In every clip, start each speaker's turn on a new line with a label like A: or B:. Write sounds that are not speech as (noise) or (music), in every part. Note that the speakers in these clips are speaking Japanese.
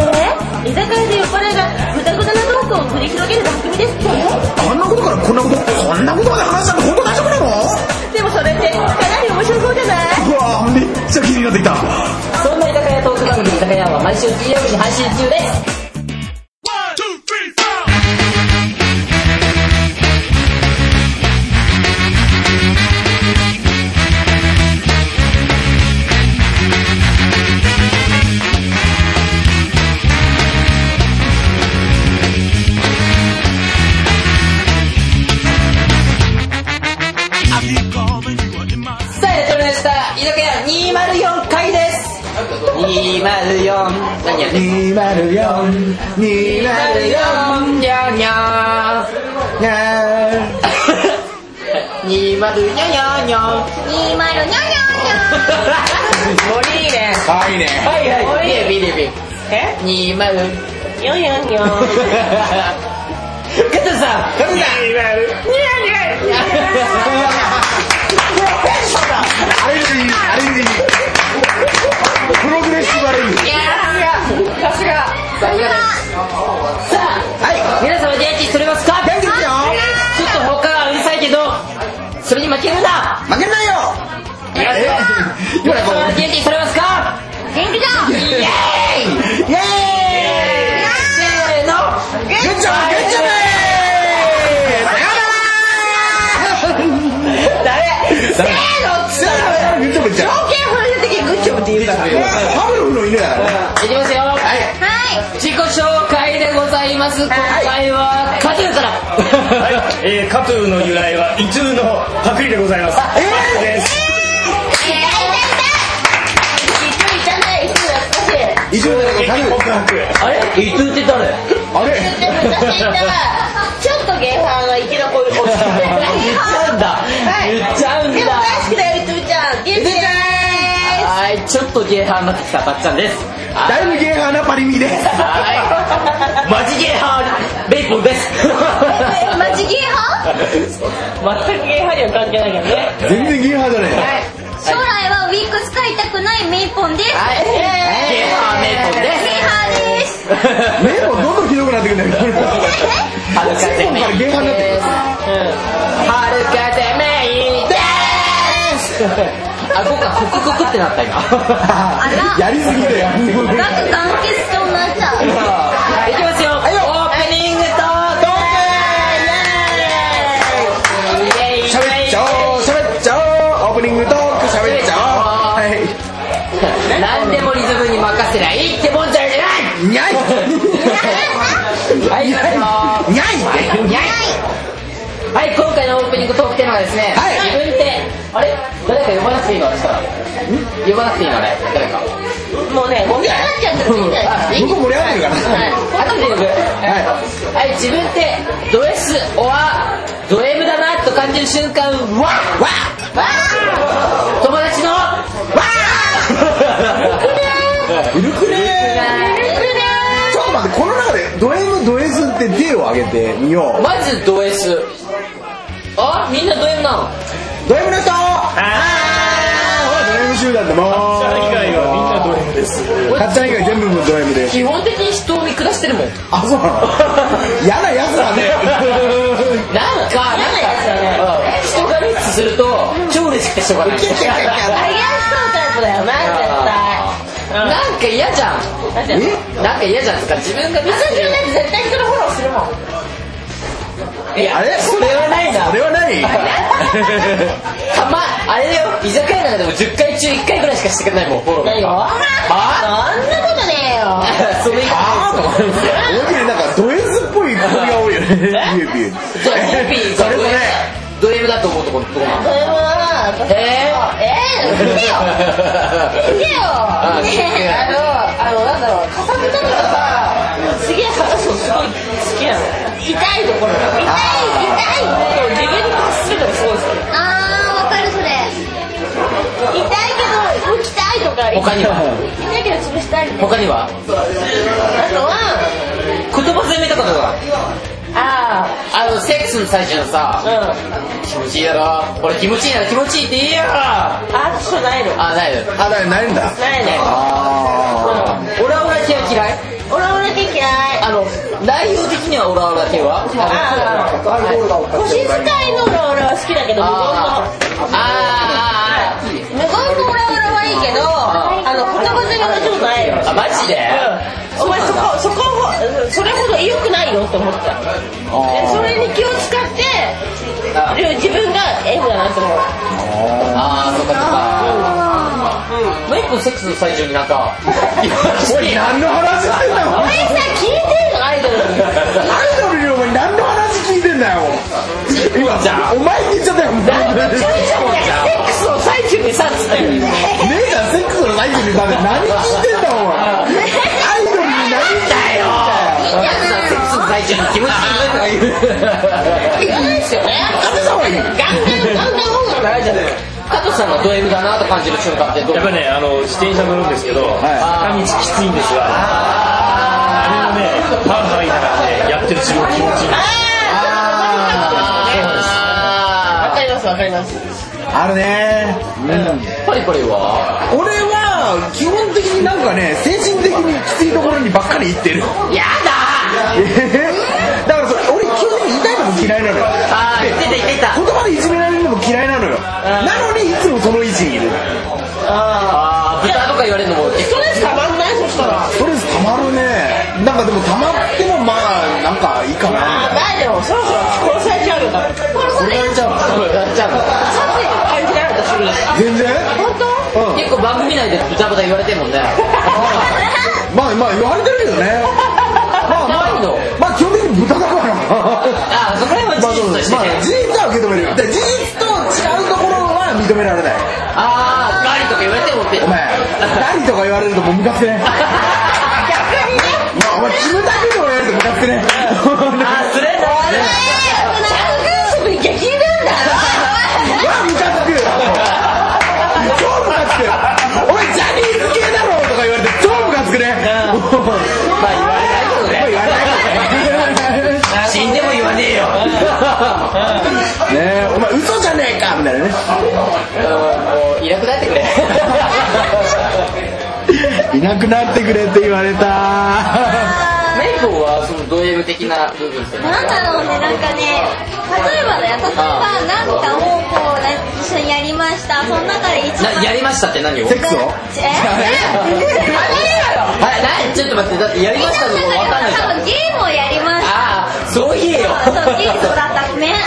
A: 居酒屋で酔っ払いがぐだぐだなトークを繰り広げる番組ですって
B: あんなことからこんなこと、こんなことまで話したの本当大丈夫なの
A: でもそれってかなり面白そうじゃないう
B: わぁ、めっちゃ気になってきた。
C: そんな居酒屋トーク番組居酒屋は毎週金曜日に配信中ですさあやってまいりました居酒屋204回です204何やね
B: 204、
C: 204にゃにゃ204にゃにゃ
A: 2
C: にゃ
A: 0 4 4
C: これいいね
B: かわいいね。
C: はいはいビリビリビリ
A: え
C: 204
A: 444
C: 加藤さん加藤さん
B: アレンジ、アレンジ。プログレッシブアレンジ。
C: さすがさすがですさあはい (laughs) 皆様元気しておりますか元気ですよちょっと他はうるさいけどそれに負けるな
B: 負けないよ
C: 皆
B: え
C: 様
B: 今こ
C: 元気しておりますか
A: 元気だ
C: イエーイイエーイせーの
B: う、ゲッチョゲッチョ
C: 誰せーの
B: せーの、グッチョブじゃん。
C: 条件振られ的にグッジョブって言うからね
B: パブロフの犬だからね。
C: いきますよ
A: はい
C: 自己紹介でございます今回はカジュから
D: はい、えー、カトゥーの由来は、イトゥーのパクリでございます。
B: え
D: です。
A: 痛い痛い痛い痛いない人懐かしい
B: 以上でございま
D: 告白。
C: あれいつって誰
B: す。あれ
A: で昔いたちょっとゲーファーが生き残る子で
C: 言っちゃうんだ言っちゃうん
A: でも
C: だ
A: 大好きだよ、いつみちゃん。ゲームでー
C: はいちょっとゲーハーになってきたばっちゃんですは
B: だいぶゲーハーなパリミです。
C: いマジゲーハーベイコンです
A: す。マジゲー派
C: 全くゲーハーには関係ないけどね
B: 全然ゲーハーじゃない。
A: 将来はウィックス買いたくないメイポンです。
C: はいゲーハーメイコン
A: ゲー
C: です
A: ハーです。
B: 目もどんどんひどくなってくるんだけど。
C: はるか
B: シ
C: ぜ
B: ンボルから
C: めい
B: ゲーハーになってくる。
C: はるかぜめいですあ、僕はコクコクってなった今
A: あら
B: やりすぎだよ。
A: なんか団結症になっちゃう。
C: いきますよオープニングトークイエーイ
B: しゃべっちゃおう、しゃべっちゃおう、オープニングトークしゃべっちゃおう。はい。
C: 何でもリズムに任せりゃいいってもんじゃない
B: にゃい
C: はい、
B: にゃい
C: はい、今回のオープニングトークテーマがですね、
B: はい
C: 自分って、あれ誰か呼ばなくていいのあれしたら。呼ばなくていいのあれ誰か。
A: もうね、盛り上がっちゃってついて
C: あ、いい
B: 向こう盛り上がってるからね。
C: 後で呼ぶ。はい、自分って、ド S、オア、ド M だなと感じる瞬間、わわ友達の、わ
B: うるくねー。ちょっと待って、この中でド M ド S って D を上げてみよう。
C: まずド S。あ、みんなド M なの
B: ド M の人
D: あ
B: ド M 集団でもう。
D: ー、じゃあ以外はみんなド M です。
B: かっちゃん以外全部もド M です。
C: 基本的に人を見下してるもん。なんか、
B: あ、そうなの嫌なやつだ (laughs) ね。
C: なんかね、うん人がミッツすると、超嬉しくてしょうがない。
A: アイアンストータイプだよな、絶対。
C: なんか嫌じゃん。
B: え
C: なんか嫌じゃんってか自分が見
A: 普
C: せ
A: 通
C: て
A: にだって絶対人のフォローするもん。
C: いや
B: あれ
C: それはないな
B: あれはない
C: たまあれだよ居酒屋なんかでも10回中1回ぐらいしかしてくれないもんフォロー
A: 何
C: が
A: がそんなことねえよ。
C: それ以
B: あーとか思
C: 外
B: って大きいなんかド S っぽい首が多いよね。ビュービ (laughs) ュー
C: それコピー
B: それそれ。
C: ド M だと思うとこどこなん
A: そ
C: だ
A: れもな、私
C: えー
A: えー、聞けよ聞けよ
C: あ聞けよ
A: あの、あの、なんだろう、かさぶたとかさ、すげえ話をすごい好きなの。痛いところ痛い、痛い
C: 自分にパスするのがすごい好
A: あー、わかるそれ。痛いけど、動きたいとか、
C: き他には
A: 痛いけど潰したいみたいな。
C: 他には
A: あとは、
C: 言葉攻めとかとか
A: あ
C: あのセックスの最中のさ
A: ー、うん。
C: 気持ちいいだろ俺気持ちいいなら気持ちいいって言えよあ
A: あー、そうないの。
C: ないよ
B: あ、だ、ないんだ。
A: ないの。
B: あ
C: 俺は俺は嫌い
A: オラオラ系嫌い
C: あの内容的にはオラオラ系
A: あ
C: は
B: アルコールがおか
A: 腰
B: しい
A: 使いのオラオラは好きだけど無言
C: あ
A: の
C: ーあー
A: 無言のオラオラはいいけどあの言葉攻めはちょっとないよ
C: あーあマジで
A: お前そこそこもそれほど良くないよって思ったでそれに気を使って
C: あ
A: 自分が F だなと思う
C: あーそっかそっかもう一個セックスの最中になんか
B: おい何の話してんだ
A: お
B: よ
A: 前さ聞いてるのアイドルに
B: アイドルにお前何の話聞いてんだよ今じゃお前に言っ (laughs) ちゃったよ
A: ち
B: ね
A: ょいちょいセックスの最中にさっつってる
B: えがセックスの最中にさ何聞いてんだお前 (laughs) アイドルに何聞いてんだよ
C: セックスの最中に気持ちいいとか言う
A: いらないですよね
B: やめた方がいい
A: ガンガンガンガン音楽流れちゃってる
C: 加藤さんのド M だなと感じる瞬間ってどう
D: やっぱねあの自転車乗るんですけど、
B: は
D: 坂道きついんですがあれをねパンハイながらねやってる自分気持ちいい
A: わ
C: あ
A: かりますわかります
B: あるねうん
C: ーパリパリは
B: 俺は基本的になんかね精神的にきついところにばっかり行ってる
C: やだ
B: (laughs) だからそれ俺基本的に痛いのも嫌いなのよ
C: あー言ってた言ってた
B: 言葉でいじめられるのも嫌いなのよなのにいつもその位置にいる
C: あー豚とか言われるのも
A: ストレスたまんないそしたら
B: ストレスたまるねなんかでもたまってもまあなんかいいか
A: あ
B: な
A: だでもそろそろ殺されちゃうよ殺されちゃう
C: やっちゃうの
A: 殺意を感じられたする
B: 全然
A: 本当
B: うん
C: 結構番組内で豚豚言われてるもんね
B: まあまあ言われてるけど (laughs) ねまあま
C: ないの
B: あまあ基本的に豚だから
C: あーそこら辺
B: ま
C: は
B: あ
C: 事
B: そうです
C: 実として
B: まあ
C: ね
B: 事実は受け止めるで事実と違うところは認められない
C: あーガリとか言われてもって
B: お前何とか言われるともうムカつくねまあお前冷たいこと言われるとムカつくね
C: あーそれだ
A: 逆に激なんだ
B: うわムカつく超ムカつくお前ジャニーズ系だろとか言われて超ムカつくね
C: まあ言われないけど
B: 言
C: ね
B: われないね
C: 死んでも言わねえよ
B: えお前嘘じゃねえかみたいなね
C: もういなくなってくれ
B: いなくなってくれって言われた
C: メイコンはそのド M 的な部分ってね
E: なんだろうね、なんかね、例えばだよ、例えばなんかをこう、なん一緒にやりました。その中で一
C: な
E: 番。
C: やりましたって何を
B: セックスを
E: ええ
C: はい、ないちょっと待って、だってやりましたとかわかんないから。
E: 多分ゲームをやりまし
C: あ
E: た。
C: あ、そう言えよ。
E: そう
C: (laughs)
E: そう、ゲームだった。ごめん。ゲ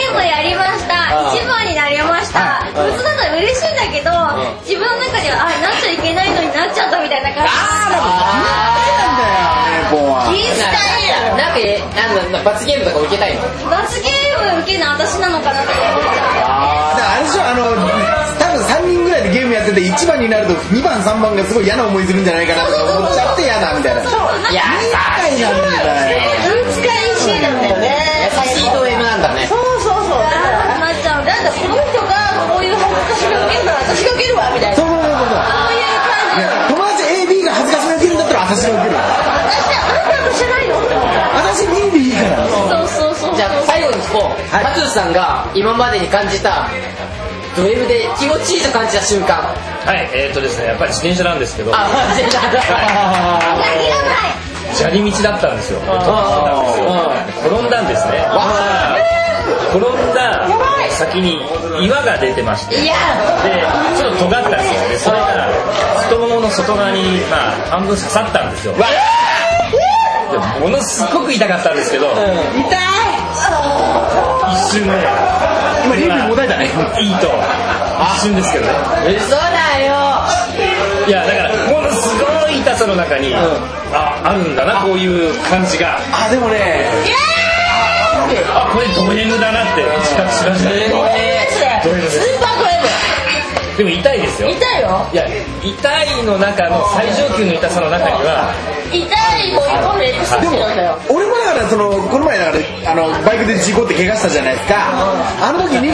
E: ームをやりました。一番になりました。普通だと嬉しいんだけど、自分の中では、あ、なっちゃいけないのになっちゃったみたいな感じ。
C: あ
B: 猫は
E: イン
C: ー
E: スタへ
C: なんかえなんだ罰ゲームとか受けたいの
E: 罰ゲーム受けるの私なのかなって思っちゃう。
B: だからあれでしょあの多分3人ぐらいでゲームやってて1番になると2番3番がすごい嫌な思いするんじゃないかなとか思っちゃって嫌だみたいな
E: そうそう、なん
C: いや
E: か、
B: みたいなんだよ
A: 難しいなんだよね
C: 優しいド M なんだね
A: そうそうそう
E: あーなっちゃう。
A: なんだこの人がこういう恥ずかしが受けるなら私が受けるわみたいな
B: そうそうそうそう
A: そういう感じ
B: 友達 AB が恥ずかしめ受けるんだったら私が受ける
A: 私あんなの知らないの
B: 私2でいいから
A: そうそうそう
C: じゃあ最後に聞こう
B: はい
C: マトゥーさんが今までに感じたド M で気持ちいいと感じた瞬間
D: はいえっ、ー、とですねやっぱり自転車なんですけど
C: あマジで (laughs)
D: 砂利道だったんですよ
C: あ
D: 転んだんですね転んだ先に岩が出てまして
C: いや
D: でちょっと尖ったんですよでそれが太ももの外側に、まあ、半分刺さったんですよでものすごく痛かったんですけど、
C: 痛い
D: 一瞬ね
B: 今リビングもたえたね
D: いいと一瞬ですけどね
C: 嘘だよ
D: いやだからものすごい痛さの中に、ああるんだなこういう感じが
B: あでもね
D: あこれド M だなって自覚しましたね
A: ス
D: ド M です
A: ーパード M
D: でも痛いですよ
A: 痛いよ
D: いや痛いの中の最上級の痛さの中には
A: 痛いもう今度エクスタシ
B: で
A: ー
B: も
A: なんだよ
B: 俺もだからそのこの前だからあのバイクで事故って怪我したじゃないですかあの時に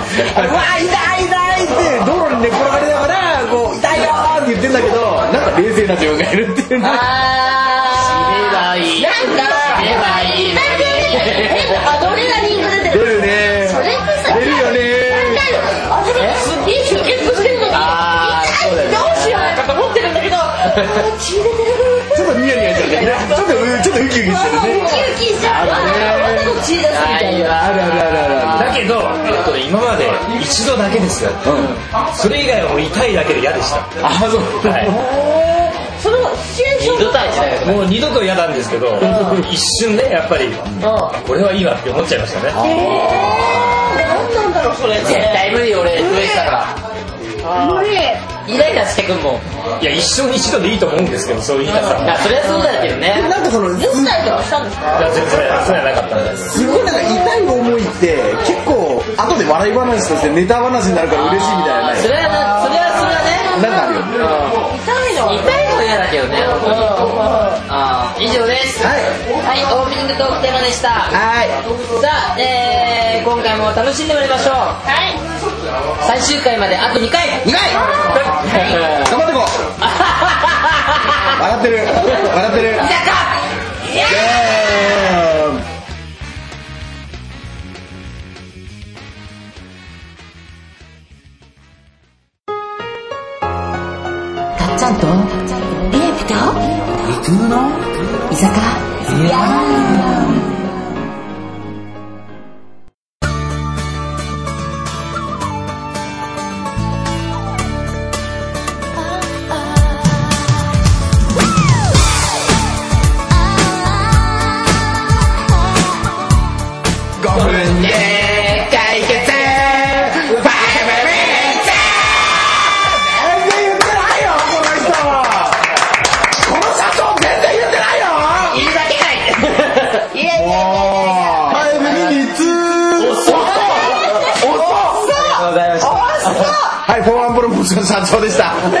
B: 「うわ痛い痛い」って道路に寝っ転がりながらこう「痛いよ」って言ってんだけどなんか冷静な自分がいるっていうね
A: あ
C: (laughs) えらい
A: ーなんだ
C: えらい
A: 変なアドレナリンが出て
B: 出
A: る
B: るね
A: それってさ
B: 出るよね
A: 痛いよアドレナリンすげえ出血してるのに
C: あーそうだよね
A: 痛いどうしようかと思ってるんだけど血出てる
B: ちょっとニヤニヤしキウキしてるね
E: ウキウキしちゃうわ
C: 女の血出すみたいな
B: あるあるあるあるある
D: だけど、えっとね、今まで一度だけですが、それ以外はもう痛いだけで嫌でした、
B: あそう
D: は
A: そのシチュエーション
C: 二度とはしない
D: い、もう二度と嫌なんですけど一瞬ねやっぱり
C: う
D: これはいいわって思っちゃいましたね
A: 何なんだろうそれっ
C: ん絶
A: て
C: 対無理俺無理だから無理イライラしてくんもん
D: いや一生に一度でいいと思うんですけどそういう痛さ
C: いやそりゃそうだけどね
B: なんかそのす
A: 10歳とかしたんですか
D: いや全然それはなかったんです
B: すごいなんか痛い思いって結構後で笑い話としてネタ話になるから嬉しいみたいなね
C: それはなそれはそれはね
B: なんかあるよね
A: 痛いの
C: 痛いの嫌だけどねあー以上です
B: はい
C: はいオープニングトークテーマでした
B: は
C: さあ、えー、今回も楽しんでまいりましょうはい最終回まであと2回
B: い2回頑張ってこう笑ってる笑ってるイエーイ
F: かっちゃんとデープとリトゥーの居酒屋
B: 5分で解決バイバイ全然言ってないよこの人この社長全然言ってないよ
C: いるだけかいいやいや
B: 5ミニッツ遅っ遅っはい、フォーアンプロモーション社長でした。
C: すご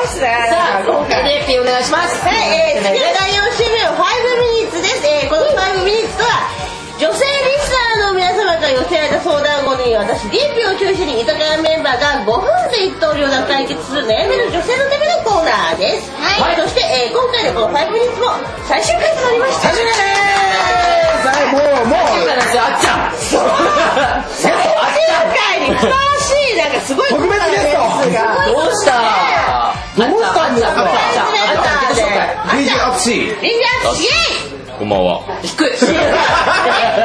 C: いっすねさあ今回で p お願いします
A: はい、えー、月第4週目の5ミニッツです。えー、この5ミニッツとは、女性リスナーの皆様から寄せられた相談後に、私、ディーピを中心に居酒屋メンバーが5分で一刀両断解決する悩める女性のためのコーナーです。はい。そして、えー、今回のこの5ミニッツも最終回となりました。最終回
B: はい、もう、も
C: あっちゃん
A: 回にふさわしい、なんかすごい、
B: う、特別ゲスト
C: どうしたあっちゃん
B: どうしたんですか
C: あっちゃんあっちゃんあっちゃんあっちゃん自己
B: DJ アプシー。
A: みんな、イエイ
G: こんばんは。
C: 紹介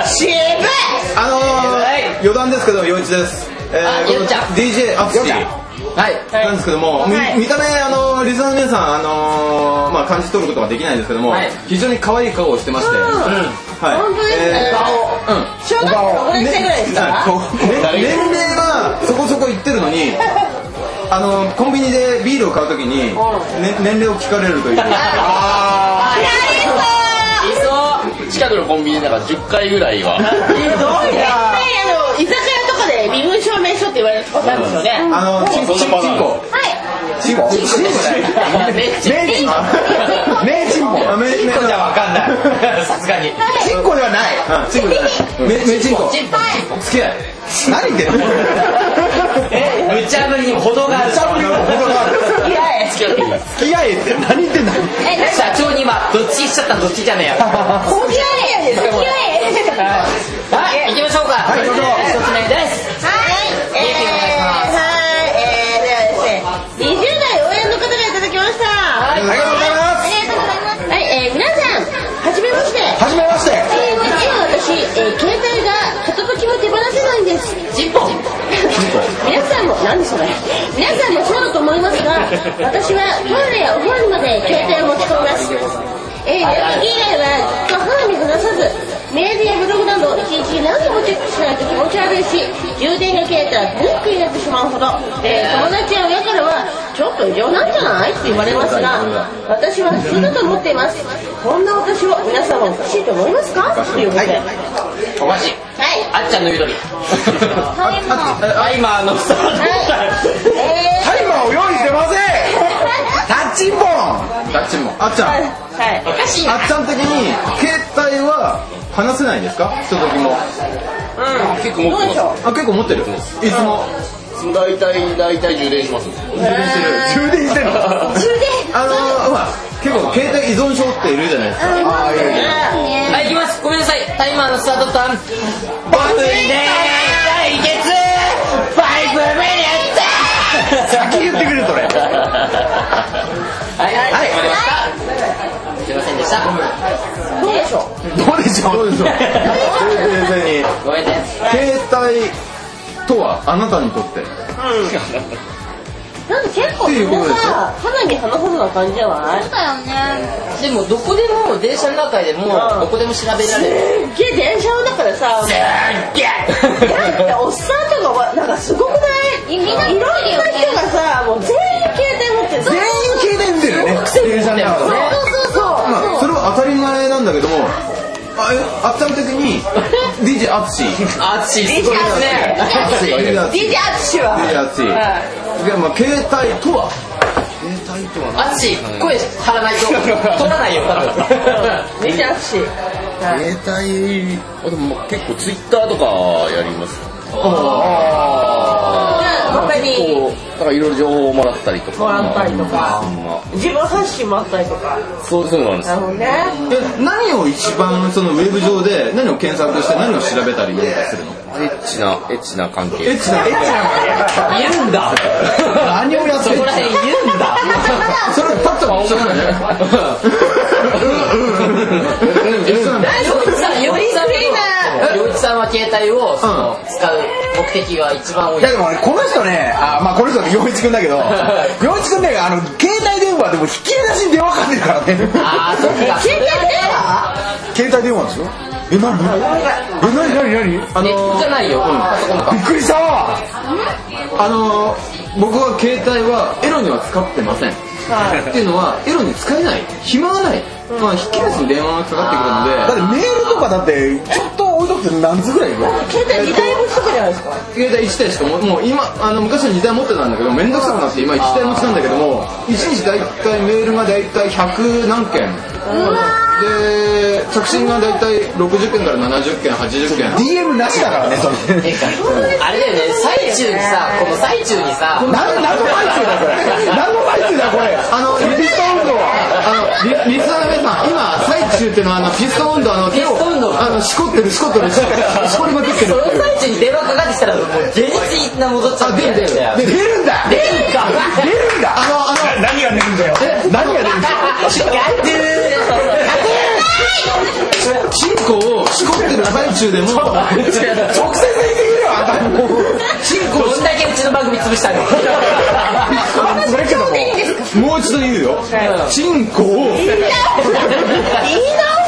A: 渋い
H: あのー、余談ですけど、陽一です。え
C: あ
H: この
C: 陽ちゃん
H: DJ アプシー
C: はい
H: なんですけども、み見た目、あのー、リスナーの皆さん、あのー、まあ、感じ取ることはできないんですけども、
C: はい
H: 非常に可愛い顔をしてまして、はい。
A: 本当です
H: え
A: ね
H: ー。うん。
A: 小学校6年生ぐらいです
H: あ
A: か
H: こね年齢はそこそこいってるのに、あのー、コンビニでビールを買うときに、ね、年齢を聞かれるという。
G: いそう近くのコンビニだから10回ぐらい
D: (laughs)
G: は。
A: ひどいなあの居酒屋とかで身分証明書って言われることあるんですよね
H: あのー、チンコ、チンコ、チンコ、チンコ、チンコじゃない
B: 名人名人も。
H: あめめ
D: じゃわかんないさすがに
B: チンコではない。
H: うんチンコじゃない。め、めチンコ。好きだよ。
B: 何言ってんの
D: え無茶ぶりにも程がある
A: いやいや
B: 付き合えって何言ってんだ
C: 社長に今どっちしちゃったどっちじゃねえや
A: 付き合え付き合え
C: はい行きましょうかは
B: 行
C: い
B: きましょう
C: 一つ目です
A: はい、えー、はい、えー、ではですね、20代応援の方がいただきました。はい、
B: ありがとうございます。
E: ありがとうございます
A: えー、皆さん、はじめまして。
B: はじめまして。
A: えー、実は私、えー携帯が片時も手放せないんです。ジッポン。皆さんも、なんでそれ。皆さんもそうだと思いますが、私はトイレやお風呂にまで携帯を持ち込みます。えー、電気以外はずっと歯に離さず、メールやブログなど一日何度もチェックしないと気持ち悪いし、充電が切れたらパニックになってしまうほど、えー友達や親からは、ちょっと異常なんじゃないって言われますが、私は普通だと思っています。こんな私を皆さんはおかしいと思いますかっていうことで。はい。
C: おかしいあっちゃんの言う通り
E: タイマー
C: あ今あのさ
A: え
B: タイマーを用意してません。タッチンボン。
H: あっちも。あっちゃん。
A: ー、はい。
C: おかしいな
H: あっちゃん的に、携帯は話せないんですかひとときも。
G: 結構持ってま
H: あ、結構持ってる。いつも。
G: す。大体、大体充電します。
B: 充電してる。
H: あのー、ほら、結構携帯依存症っているじゃないですか。
B: ああ、いやいや。
C: はい行きますごめんなさいタイマーのスタートターンボツイで対決5ミニッツ
B: 先言ってくれそれ。
C: はいはいわかりましたすいませんでした
B: そうですよ冷静に
C: ごめんね
B: 携帯とはあなたにとって
A: なんか結構そ
B: いうこ
A: れ
B: とでしょ
A: さ花に花ほどな感じじゃない
I: そうだよね
C: でもどこでも電車の中で
A: ん
C: もどこでも調べられ
A: す
C: る
A: っげえ電車の中でさだっておっさんとかはなんかすごくない
I: みんな
A: ろんな人がさもう全員携帯持ってる
J: 全員携帯見てるよね電車の中でね
A: そうそうそう
B: まあそれは当たり前なんだけどもあえあっちゃん的に DJ アツシ
C: (laughs) あっちすごい
B: いや
C: ですね
B: いや
A: DJ 淳は
B: DJ アツシいやまあ携帯とは携帯とは
C: あっち声張らない (laughs) と取らないよ多
A: DJ 淳
G: 携帯あでも結構ツイッターとかやります
A: が他に
G: こうだからいろいろ情報をもらったりとか
A: もらったりとか
G: うんま
A: 自分発信もあったりとか
G: あそうそうなんです
A: なるほどね
B: え何を一番そのウェブ上で何を検索して何を調べたり何かするの
G: エッチなエッチな関
B: エ
G: 係
B: ッチなエッチ
C: 分いるんだ
B: 何をやって
C: そ
B: る
C: こら辺いるんだ
B: それパッと面白くないうんうんうんエッチなんだ
C: 洋一さん洋一さんは洋一さんは携帯をその
B: う
C: 使う目的が一番多い
J: いやでも俺この人ねあまあこの人って陽一くんだけど陽一くんねあの携帯電話でも引き出しに電話かかってるからね
C: ああそっか携帯
J: 携帯電話ですよえ何え何何何
B: あ
C: ネットじゃないよパソコンか
J: びっくりしたわ
B: あのー僕は携帯はエロには使ってません、っていうのはエロに使えない暇がない、まあ引き出しに電話がかかってくるの
J: だってメールとかだってちょっと置いとくと何通ぐらいいるわ
A: 携帯2台持ちとかじゃないですか
B: で携帯1台しかももう今あの昔は2台持ってたんだけど面倒くさくなって今1台持ちなんだけども1日大体メールが大体100何件で着信が大体60件から70件80件
J: DM なしだからねそれ
C: ていうかあれだよね最中にさこの最中にさ
J: 何何の枚数だこれ何の枚数だこれ
B: あのリスト運動はあのリリスナーの皆さん今最中っていうのはあのピストン運動あの手を
C: ピストン運動
B: あのしこってるしこってるしこりまくってる
C: そ
B: っ
C: の
B: ていう
C: 最中に電話かかってきたらもう現実に戻っち
B: あ
C: ゃう
B: 出る出る
C: 出
B: 出
J: 出るん
B: る
J: だ
C: るか (laughs)
J: 出るんだ
B: あのあの
D: 何が出るんだよ
B: え何が出るんですか
C: 違う
B: チンコをしこってる最中でも
J: 直接言ってくれよあんたも
B: チンコ
C: どんだけうちの番組潰 (laughs) したの
J: それけども
B: をもう一度言うよチンコを
A: 言い直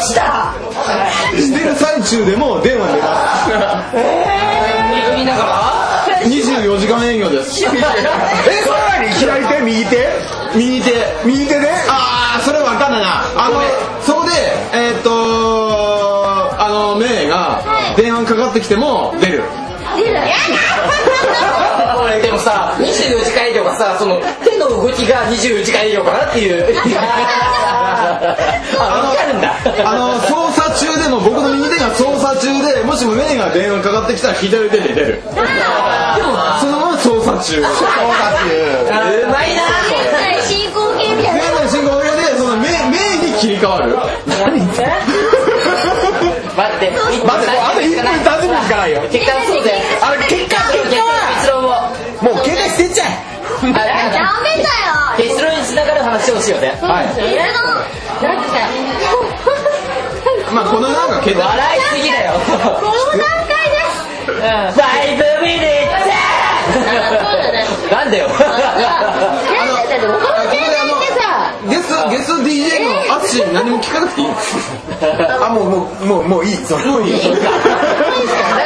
A: した
B: してる最中でも電話に出ま
C: 見ながら
B: す24時間営業です
J: えそれ何左手右手
B: 右手
J: 右手で
B: ああそれわかんないなあのそこでえーっとあのメイが電話かかってきても出る
I: 出るや
C: でもさ24時間営業がさその手の動きが24時間営業かなっていう (laughs) あ分かるんだ
B: あの操作中でも僕の右手が操作中でもしもメイが電話かかってきたら左手で出るでもそのまま操作中
C: うまいな
I: 現在進行形みたいな
B: 現在進行形でそのメイメイに切り替わる
J: 待ってもうあと1分30分し
C: 待って
J: かないよ
C: 結果そうだよ
J: あの結果
C: 結論は
J: もう携帯捨てちゃ
I: ダメだよ
C: 結論につながる話をしようね
I: それのだってさ
B: まあこのなんか携帯
C: 笑いすぎだよ
I: この段階です
C: 5ミニッツなんだよ
A: だって他の携帯ってさ
B: ゲストゲスト DJ のアッシーに何も聞かなくていいんです
J: えあもうもうもうもういいそれもういいだからリーちゃんしてるか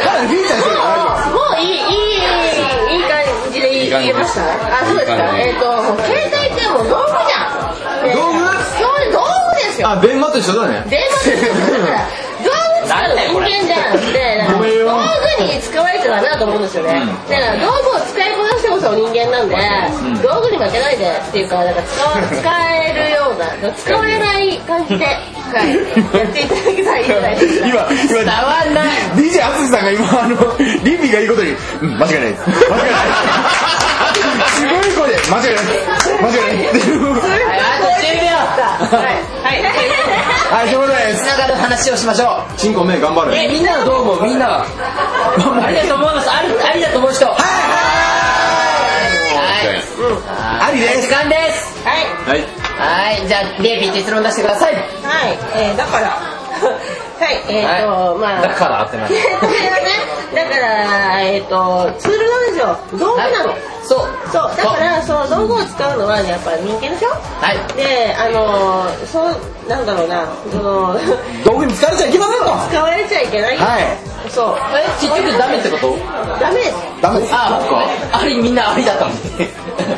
J: ら大丈
A: もういい、いい、いい感じで言い言えましたあ、そうですか。えっ、と、携帯ってもう道具じゃん。
B: 道具
A: そうです、道具ですよ。
B: あ電話と一緒だね
A: 電話ですよ。だから道具使う人間じゃんって、なんか
B: ごめんよ
A: 道具に使われてたなと思うんですよね。だから道具を使いこなしてこそ人間なんで、道具に負けないでっていうか、なんか使 (laughs) わ使えるような、使われない感じで、はい、やっていただけたらいいんじゃないです
J: 夫
A: か。
J: 今今
C: 伝わんない
J: DJ 淳さんが今あのリンビがいいことに「うん間違いないです間違いないです」すごい声で「間違いないです間違いないです」
C: はいあと10秒
A: はい。
J: はいそういうことで
C: つ
J: す
C: ながる話をしましょ
B: チンコメイ頑張
C: う
B: る
C: えみんなはどう思うみんなは (laughs) ありだと思いますありありだと思う人はいはい
J: ありです
C: 時間です
A: はい
B: はい
C: はいじゃあデイビー結論出してくださ
A: (laughs)
C: い
A: はい、えー、だから、はい、えっ、ー、と、まあ。
D: だから当てない
A: それはね、 (laughs) だから、えっ、と、ツールなんですよ。道具なの。
C: そう
A: そう、だから、その道具を使うのは、やっぱ人間でしょ
C: はい
A: で、あのー、そう、なんだろうな、その、
B: 道具に疲れちゃいけませんとは
A: 使われちゃいけない。
B: い
A: そう。
C: え結局ダメってこと
A: ダメです。
B: ダメです
C: あありみんなありだったの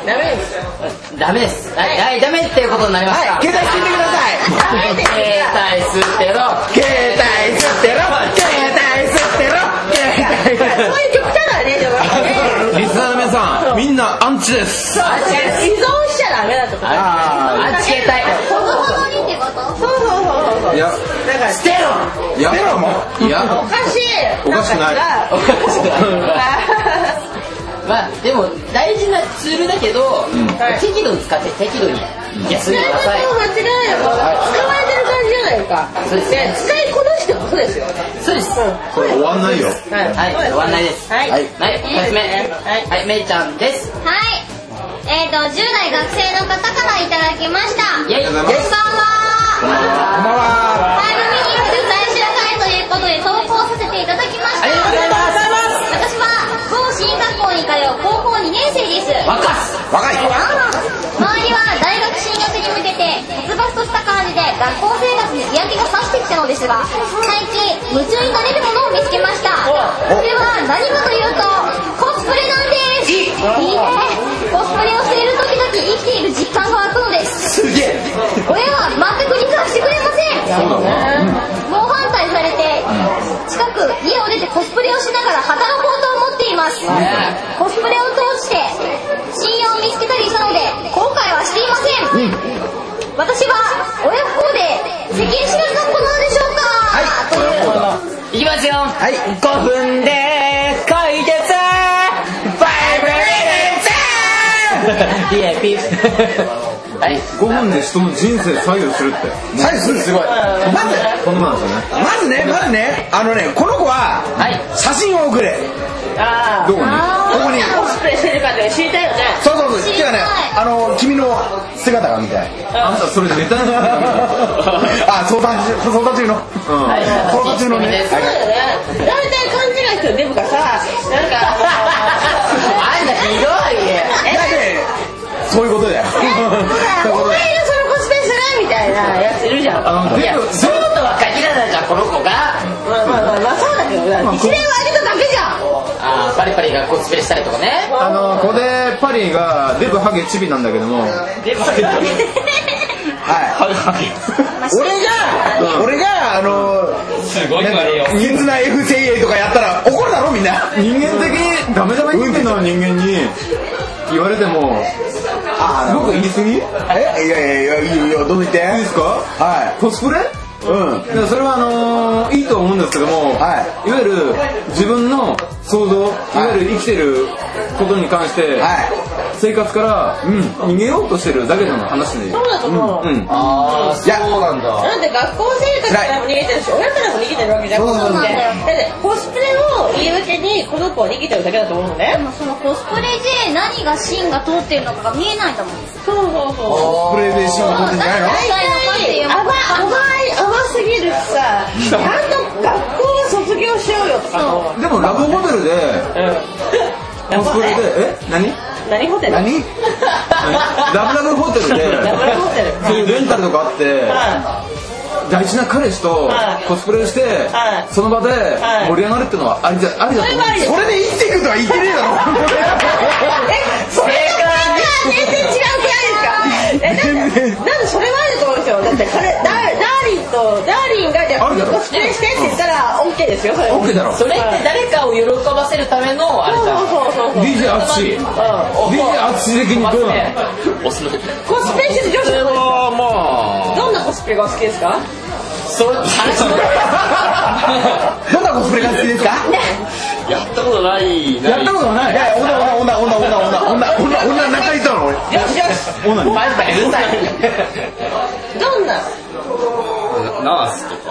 A: ダメです。
C: ダメですはい、はい、ダメっていうことになりました、
B: はい携帯捨ててください
A: ダメです。
C: 携帯吸ってろ
B: 携帯吸ってろ携帯吸ってろ携帯吸ってろ
A: そういう極端なね、でもね。
H: リスナーの皆さんみんなアンチです
A: そう、依存しちゃダメだとか。
C: ああ携帯
E: ほどほどにってこと
A: そうそうそうそう。
H: いや
A: だから、
C: 捨てろ
H: やめろもうい
A: お
H: や
A: かしい。
H: おかしくない
A: んか違う
C: まあでも大事なツールだけど、適度に使って適度に休ん
A: 使い
C: でくだ
A: 方
C: さい
A: を間違えれば使われてる感じじゃないか。
C: そうです
A: ね、使いこなしてこそですよ。
C: そうです
H: これ終わんないよ
A: はい
C: はい終わんないです
A: はい。
C: はい
A: はい。
C: 二つ目はいめいちゃんです
E: はいえっ、と10代学生の方からいただきました
C: イェイ
E: こんばんは番組による大知ら会ということで投稿させていただきました
C: ありがとうございます
E: 私は某新学校に通う高校2年生です
C: 若っす
B: 若い
E: 周りは大学進学に向けて殺伐とした感じで学校生活に嫌気がさしてきたのですが最近夢中になれるものを見つけましたそれは何かというとコスプレなんですいいねコスプレをしている時々生きている実感が湧くのです
B: すげえ
E: 親は全く理解してくれません猛反対されて近く家を出てコスプレをしながら働こうと思っていますコスプレを通して信用を見つけたりしたので後悔はしていません、私は親不孝で世間知らずな子なのでしょうか、
C: (laughs)
E: と
C: い
E: いう
C: きますよはい5分で解決5分 (laughs) で DAP
A: (laughs)
C: はい
H: 5分で人の人生左右するって
B: サイズすごいまず
H: こんななんですよね
B: まずねまずねあのねこの子は
C: はい
B: 写真を送れ
A: ああ。
H: どこに
B: ここに
A: コスプレしてるかって知りたいよね。
B: そうそうそう
E: 知
B: て
E: りた
B: か
E: い
B: ねあの君の姿が見たい
H: あんたそれネタになったんだ
B: (laughs) あ相談中相談中の
H: うん
B: 相談中のね
A: そうだよね。大体勘違いしてるデブがさ、なんか、 (laughs) あ
C: あんたひどいね
B: だってそういうことだよ
A: の、お前がそのコスプレするみたいなやついるじゃん。まあ
H: あの
C: い
H: デ
C: や
H: ブ
C: そうとは限らないじゃんこの子が
A: まあまあまあ、そうだけどな。一年はあげただけじゃん。
C: あーパリパリがコスプレしたりとかね
H: あのこれパリがデブハゲチビなんだけども
B: はい俺が俺があの
D: すごい悪いよ
B: 人数な F 精鋭とかやったら怒るだろみんな
H: 人間的にダメダメ人間の人間に言われても
B: あ
H: 僕言い過ぎいいで
B: えいやいやいやいいよいいよどうぞ言って
H: すか
B: は
H: コスプレうん、いやそれはあのーいいと思うんですけども、、
B: はい
H: わゆる自分の想像、い、わゆる生きてることに関して、
B: いは
H: 生活から、うん、逃げようとしてるだけの話でいい、
A: そうだと思
H: う
A: う。
H: ん、
B: いいやそうなんだ
A: なんで学校生活からも逃げてるし、親からも逃げてるわけじゃん、
B: そう
A: 子供っ
B: そうそう
A: て。だって、コスプレを言い訳に、この子は逃げてるだけだと思うの
E: で
A: ね。
E: もそのコスプレで何が芯が通ってるのかが見えないんだもん
A: そうそうそう。
B: プレゼンションのことじゃないの
E: だから
A: 甘い、甘い、甘すぎるしさ、ちゃんと学校は卒業しようよとかの。
H: でもラブホテルでコスプレでえ何
A: 何ホテル (laughs)
H: 何ラブラブホテルで
A: ラブラブホテル
H: そういうレンタルとかあって
A: は
H: 大事な彼氏と
A: はい
H: コスプレして
A: はい
H: その場で
A: い
H: 盛り上がるってのはありだありだ
A: い。そ
H: と
A: れ
H: 思う
A: はありです
B: これで生きていくとは言ってねえだ
A: え、それと全然違うくないですかえ、だって、なんでそれはあると思うんですよ。だって、彼、ダーダーリンと、ダーリンが、じゃ
H: あるだ
A: あ、
H: ろ
A: コスプレしてって言ったら、オッケーですよ、
H: (laughs)
A: それは。
H: OK だろ
C: それって誰かを喜ばせるためのあれじゃん
A: そうそうそうそう。
H: DJ アツシ DJ アツシ的にどうなの
D: おすすめ
A: コスプレしてて女子の方
D: あま
A: どんなコスプレがお好きですか
D: それ話の
B: ろどんなコスプレが好きですか
D: やったこと (laughs) ないな
H: やったことない
B: いや女女女女女女女女中にいたの俺
A: 女子女子。
H: オナニー
C: パリパリうるさい
A: どんな
D: ナースとか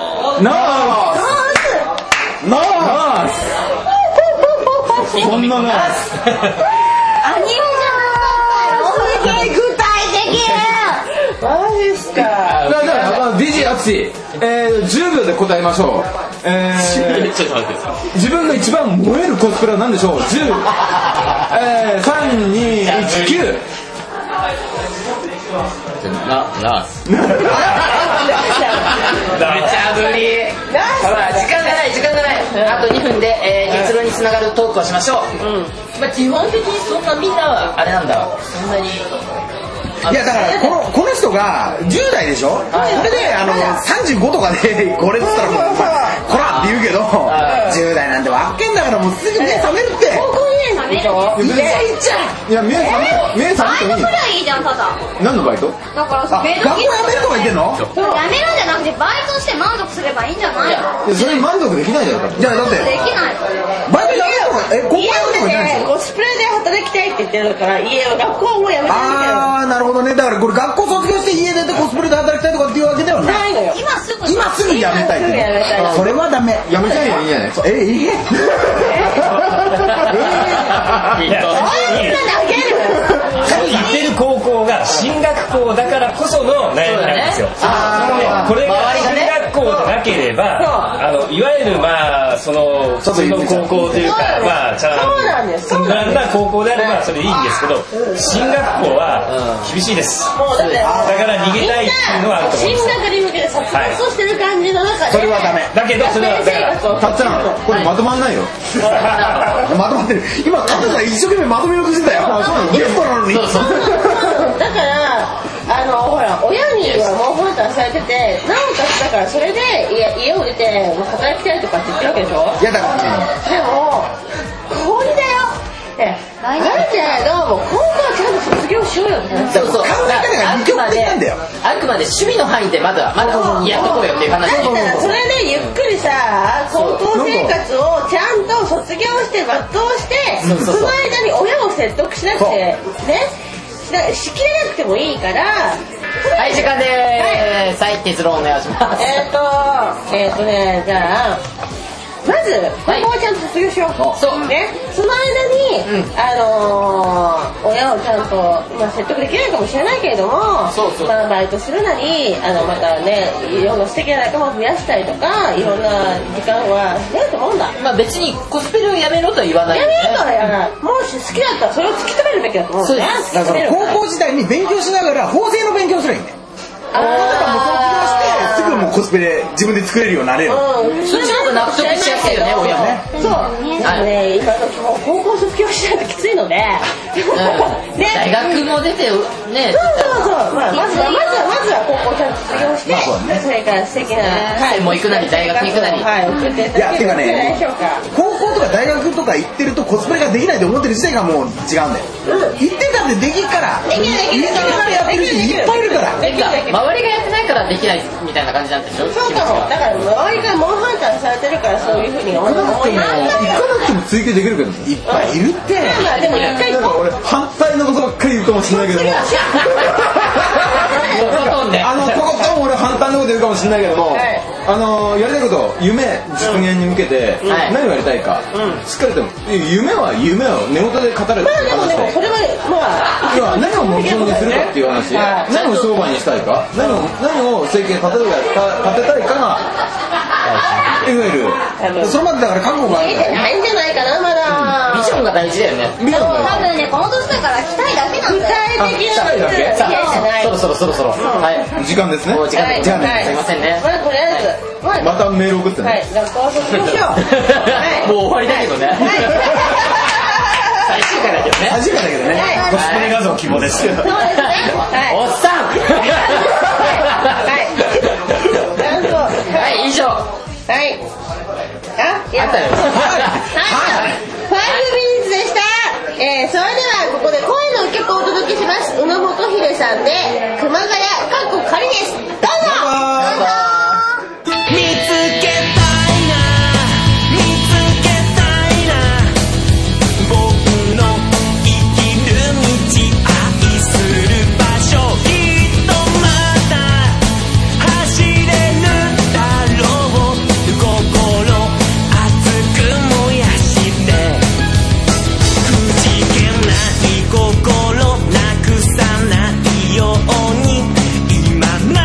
H: ナースナースそんなナース
E: アニメじゃない具体的
A: マジっすか。
H: だからの DJ アツシ、えー、10秒で答えましょう、え
B: (laughs)
H: ー、
G: ちょっと待って
H: 自分が一番燃えるコスプレは何でしょう10、えー、3219
G: な、な、
C: ほら時間がない時間がないあと2分で、えー結論につながるトークをしましょう、まあ、基本的にそんなみんなはあれなんだわそんなにあの
B: いやだからこのこの人が10代でしょこ
C: い
B: れであの35とかでこれっつったらもう「こら!」って言うけど10代なんてわっけんだからもうすぐ目覚めるって
E: 高校2年だね
H: いや別にいや目覚めた目
E: バイ
H: 覚めてもい
E: トく
H: い
E: らいいいじゃんただ
H: 何のバイト
E: だから
B: あ
E: さメイ
B: 学
E: ド
B: 校
E: 喫
B: やめるとか言ってんの
E: 茶やめるんじゃなくてバイトして満足すればいいんじゃないの
H: いやそれに満足できないじゃんだって
B: じゃあだって
E: できない
B: バイトやめるのえ高校やめるとか言ってないでしょ
C: コスプレで働きたいって言ってるから家を学校はもうやめてる
B: あーなるほどねだからこれ学校卒業して家出てコスプレで働きたいとかっていうわけではない
C: のよ
E: 今すぐ
B: 今すぐやめたいって
C: 今すぐやめたい
B: それはダメ
H: やめちゃえばいいんじゃない
B: え (laughs) いい
D: いやそう
E: 投げる
D: 言ってる高校が進学校だからこその悩みなんですよ。
H: あ
D: これが
C: 周りがね
D: 進学校でなければ、あのいわゆるまあその普通の高校というかまあちゃん
C: そうなんです
D: と無難な高校であればそれでいいんですけど、進学校は厳しいです。
C: もうだって
D: だから逃げたいっていうのはあると思い
A: 進
D: ます。
A: 学に向けて殺伐としてる感じの中で
B: それはダメ
D: だけどそれはだから
H: ーたっちゃんこれまとまんないよ
B: まとまってる今加藤さん一生懸命まとめようと (laughs) してたよゲストなのに
A: だからあのほら親にはもう本体されててなおかつだからそれで家家を出てもう働きたいとかって言ってるわけでしょ
B: いやだから
A: でも氷だよえなんでどうも今後はちゃんと卒業しようよって話
C: そうそう
B: 考え方が二極的なんだよ
C: あくまで趣味の範囲でまだまだやっとこうよっていう話
A: だからそれでゆっくりさ高校生活をちゃんと卒業して全うして
C: そうそうそう
A: その間に親を説得しなくてねしなしきれなくてもいいから
C: はい時間ですはい結論お願いします
A: えっ、とえっ、とねじゃあまず高校をちゃんと卒業しよう
C: そう
A: ねその間に、
C: う
A: あのー親をちゃんと、まあ、説得できないかもしれないけれども
C: そうそう
A: まあ、バイトするなりあのまたねいろんな素敵な仲間を増やしたりとかいろんな時間は増えると思うんだ
C: まあ別にコスプレをやめろとは言わない
A: や
C: よね
A: めるからやらないもし好きだったらそれを突き止めるべきだと思う
C: そ
A: ん
C: うで
A: だよね
C: す
B: だから高校時代に勉強しながら法制の勉強すればいいんだよ
A: あ
B: すぐもうコスプレ自分で作れるようになれる
A: ーうん
C: そっちの方が納得しやすいよね親も
A: そう、あのね、今の高校卒業しないときついので、
C: うん
A: ね
C: 大学も出てね
A: そうそうそう、まあ、まずはまずはまずは高校ちゃんと卒業して、それから素敵な、
C: 専門行くなり大学行くなり
A: はい、送っていただ
B: いや
A: ける
B: てか
A: んじゃないで
B: ね
A: しょうか。
B: 高校とか大学とか行ってるとコスプレができないと思ってる時代がもう違うんだよ行ってたってできるから
A: できるできる
B: 行ってたからやってる人い
A: できるだ
B: っぱいいるから
C: 周り
A: け
C: がやってないからできないみたいな感じなんでしょ
A: そうかも、だから周りがモンハンターされてるからそういうふうに思
H: 行
A: い
H: かなくても行かなくて
A: なんだよ
H: も追求できるけどね
B: いっぱいいるって
A: まあでも一回
H: なんか
A: 行こう。
H: 俺反対のことばっかり言うかもしれないけども
C: とことんで
H: あのとことん俺反対のこと言うかもしれないけども、
A: はい
H: あのやりたいこと夢実現に向けて、
C: はい
H: 何をやりたいか、しっかりと夢は夢を寝言で語るっていう話
A: まあでもでもそれはまあ
H: いや何を目標にするかっていう話、
A: はい
H: 何を商売にしたいか何を何を政権立てたいか立てたいかがいわゆる
B: それまでだから覚悟がある
A: 見
B: か
A: て
B: ら
A: ないんじゃないかなまだ。
C: ビジョンが大事だよね
H: 見たこと
E: 多
H: ない
E: 分ねこの年だから期待だけなん
A: 具
E: だよ
A: 体的な
H: あだ
A: の
H: け
A: じゃ
C: さ
A: な
C: あ
A: い
C: そろ。そろそろそろはい
H: 時間ですね
C: もう時間
A: は
C: で
A: い
C: 時間で
A: はい
C: すいませんね
A: まあとりあえず、まあ、
H: またメール送ってね、
A: はい、学校卒業しよう。はい
C: もう終わりだけどね最終回だけどね
B: 初めてだけど
A: はい
B: ね
D: コスプレ画像希望です。
A: そうですね。はい。はい。なんと、は
C: おっさんはい以上あ
A: い。はい。あ、や
C: っ
A: った
C: たよ
A: よ。はい。ファイブミニッツでした。えー、それではここで声の曲をお届けします。宇野元秀さんで、熊谷、かっこ仮です。どうぞどうぞ
K: 見つけたいな見つけたいな僕の生きる道愛する場所きっとまた走れるだろう心熱く燃やしてくじけない心なくさないように今ま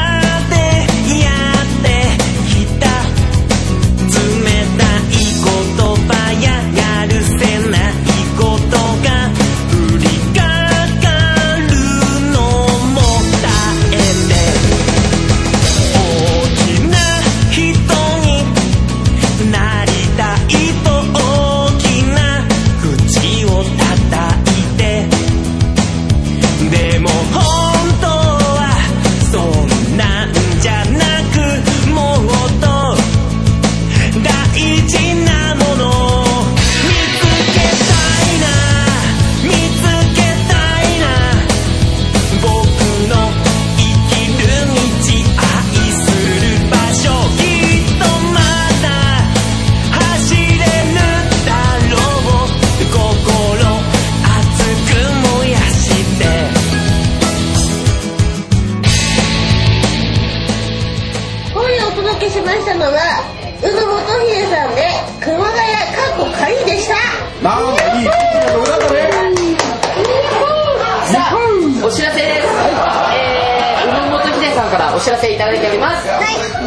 A: 届けしましたのは宇野元秀さんで熊谷かっこかりでした
B: なんかいい曲だったね
C: さあお知らせです、えー、宇野元秀さんからお知らせいただいております、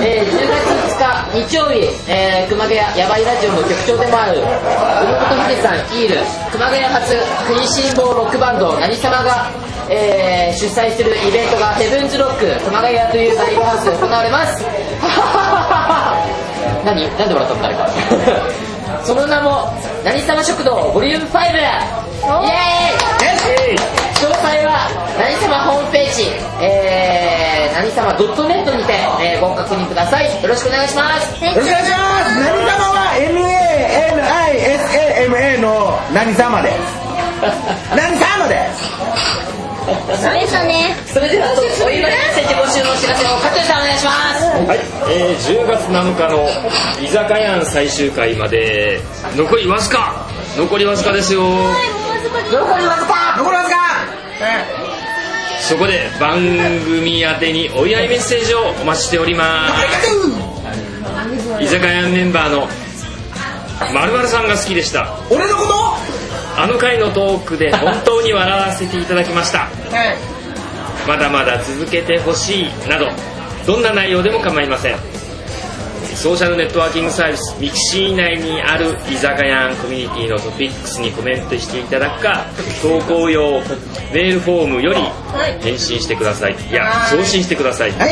C: えー、10月2日日曜日、えー、熊谷やばいラジオの局長でもある宇野元秀さんイール熊谷発国新坊ロックバンド何様が、えー、主催するイベントがヘブンズロック熊谷というライブハウスで行われます (laughs) 何何で笑ったの誰か (laughs) その名も何様食堂ボリューム5イエーイ詳細は何様ホームページ、えー、何様 .net にて、えー、ご確認くださいよろしくお願いします
B: よろしくお願いします何様は NANISAMA の何様です何様です
E: そうでしたね
C: それではお祝いメッセージ募集のお知らせを加藤さんお願いします
D: はい、えー、10月7日の居酒屋ん最終回まで残りわずか残りわずかですよ
C: 残りわずか
B: 残りますか
D: そこで番組宛てにお祝いメッセージをお待ちしております居酒屋メンバーのまるさんが好きでした
B: 俺のこと
D: あの回のトークで本当に笑わせていただきましたまだまだ続けてほしいなどどんな内容でも構いませんソーシャルネットワーキングサービスミキシー内にある居酒屋コミュニティのトピックスにコメントしていただくか投稿用メールフォームより返信してくださいいや送信してください
B: はい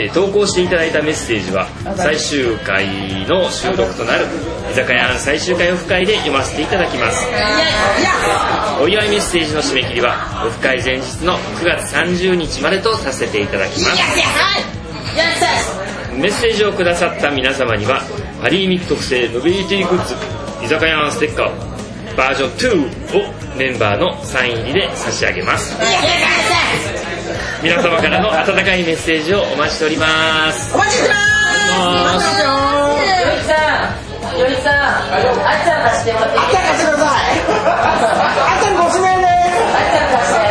D: えー投稿していただいたメッセージは最終回の収録となる居酒屋最終回オフ会で読ませていただきますお祝いメッセージの締め切りはオフ会前日の9月30日までとさせていただきますメッセージをくださった皆様にはハリーミック特製ノベリティグッズ居酒屋ステッカーバージョン2をメンバーのサイン入りで差し上げます皆様からの温かいメッセージをお待ちしておりますお待ちしてます
C: よいさんよいさんあっちゃん貸してもらっていいあっちゃん貸してください
B: あっちゃんご指名です
C: あっちゃん貸して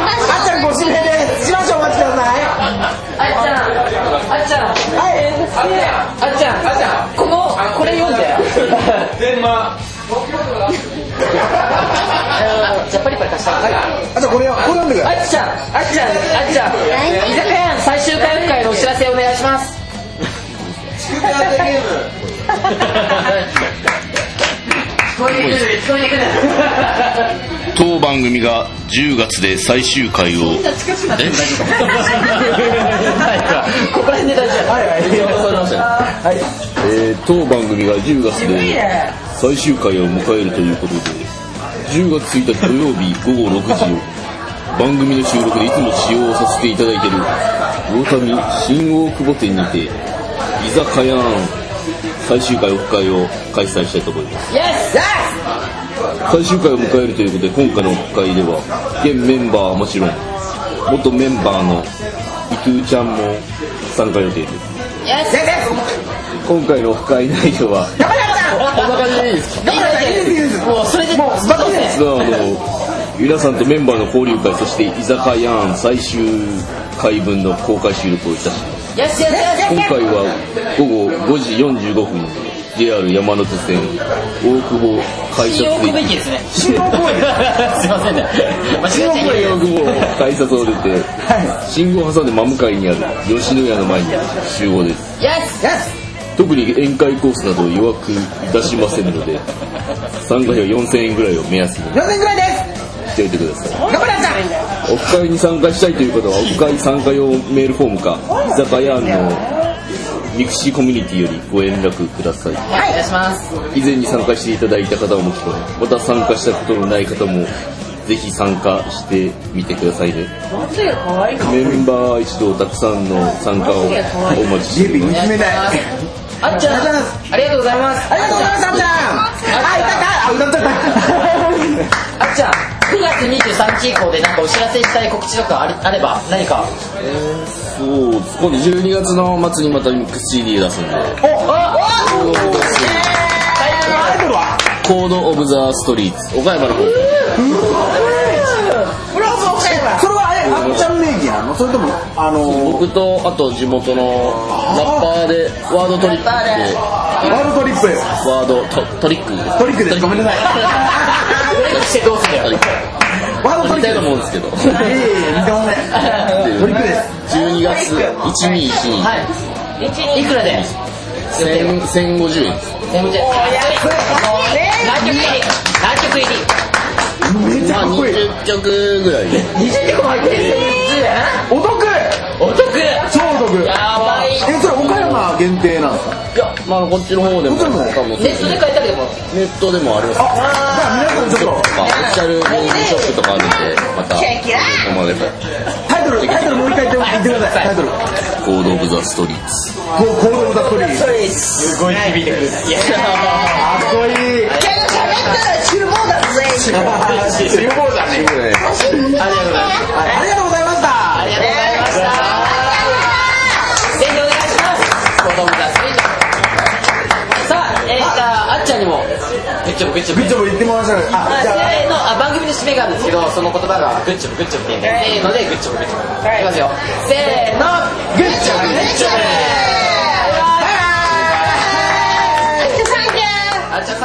E: しばし
B: あっちゃんご指名ですしばしお待ちください
C: あっちゃんあっちゃんあっちゃんあっちゃんこのこれ読んで全魔じゃあパリパリ貸した
B: あとこれをこれ読んでくだ
C: あ
B: さい
C: っちゃん、あっちゃん、あっちゃん、居酒屋最終回復会のお知らせお願いします。聞こえてくる、聞こえてくる。
G: 当番組が10月で最終回を
C: 近くなってる大丈夫。ここら辺で大丈夫。はい
G: えー当番組が10月で最終回を迎えるということで10月1日土曜日午後6時を番組の収録でいつも使用させていただいている魚民新大久保店にて居酒屋最終回オフ会を開催したいと思います
C: イエス。
G: 最終回を迎えるということで今回のオフ会では現メンバーはもちろん元メンバーの伊藤ちゃんも参加予定です
C: イエス。
G: 今回のオフ会内容はこんな感じでいいですか
C: もうそれでもうスタートです。
G: 実はあの皆さんとメンバーの交流会そして居酒屋案最終回分の公開収録をいたし
C: イエスイエスイ
G: 今
C: エ
G: 回は午後5時45分 JR 山手線大久保改
C: ス。信用
G: 札
C: くべき
G: 駅
C: ですね。信用くべき。すいませんね。
G: 新大久保改札を出て信号を挟んで真向かいにある吉野家の前に集合です
C: イエス。
G: 特に宴会コースなど予約いたしませんので参加費は4000円ぐらいを目安に4000円ぐらいですしておいてください頑張れオフ会に参加したいという方はオフ会参加用メールフォームか居酒屋のミクシーコミュニティよりご連絡ください
C: はい、お願いします。
G: 以前に参加していただいた方ももちろんまた参加したことのない方もぜひ参加してみてくださいねメンバー一同たくさんの参加をお待ちしております
B: 冷たい
C: あっちゃん、ありがとうございます。
B: ありがとうございますあっちゃんあいたたあ歌ったた
C: あっちゃん、9月23日以降でなんかお知らせしたい告知とかありあれば何か。
G: そうです今度12月の末にまたミックス CD 出すんで
B: アイドルは
G: コード・オブ・ザ・ストリート岡山の方
B: それはあれあっちゃん名義なのそれともあの
G: 僕とあと地元のラッパーでワードトリックって
B: ワールドトリップ
G: ワードトトリックです
B: トリックですごめんなさい
C: してどうするよ
G: トリック
B: ワードト
G: 撮
B: リ
G: り
B: ッ
G: たい
B: クです
G: と思うんですけど
B: いやいやいや見てませんトリックです
G: 12月124、
C: はいいくらで
G: 千1050円です
C: 全部で何曲入り何曲入り
B: めっちゃ
G: まあ
B: かっこいい
G: 20曲ぐらいで
C: 20曲も入ってる
B: お得
C: お得
B: 超お得
C: やばい
B: えそれ岡山限定なんですか
G: いやまあこっちの方でも
B: こっちの方
G: 多分
C: ネットで買えたけども
G: ネットでもあります
B: あじゃあ皆さんちょっと
G: まあオフィシャルメンズショップとかあるんでまたここまでか
B: タイトルタイトルもう一回言って言ってくださいタイトル
G: コード・オブ・ザ・ストリー
B: 「ゴ
G: ト
B: ールド・ザ・トリー」
C: すごい響いてくるいや
B: かっこいい
H: シルボーだね
B: ありがとうございました
C: ありがとうございましたぜひお願いします子供たちさあえー、じゃああっちゃんにもグッチョブグッチョブ
B: グッジョブ言ってもらいましたけど
C: ま
B: あ
C: あ、
B: じゃあ
C: せーのあ番組の締めがあるんですけどその言葉がグッチョブグッチョブって言うんでせーのでグッチョブグッチョブ、い、きますよせーのグッチョブグッチョブバイバイあっちゃん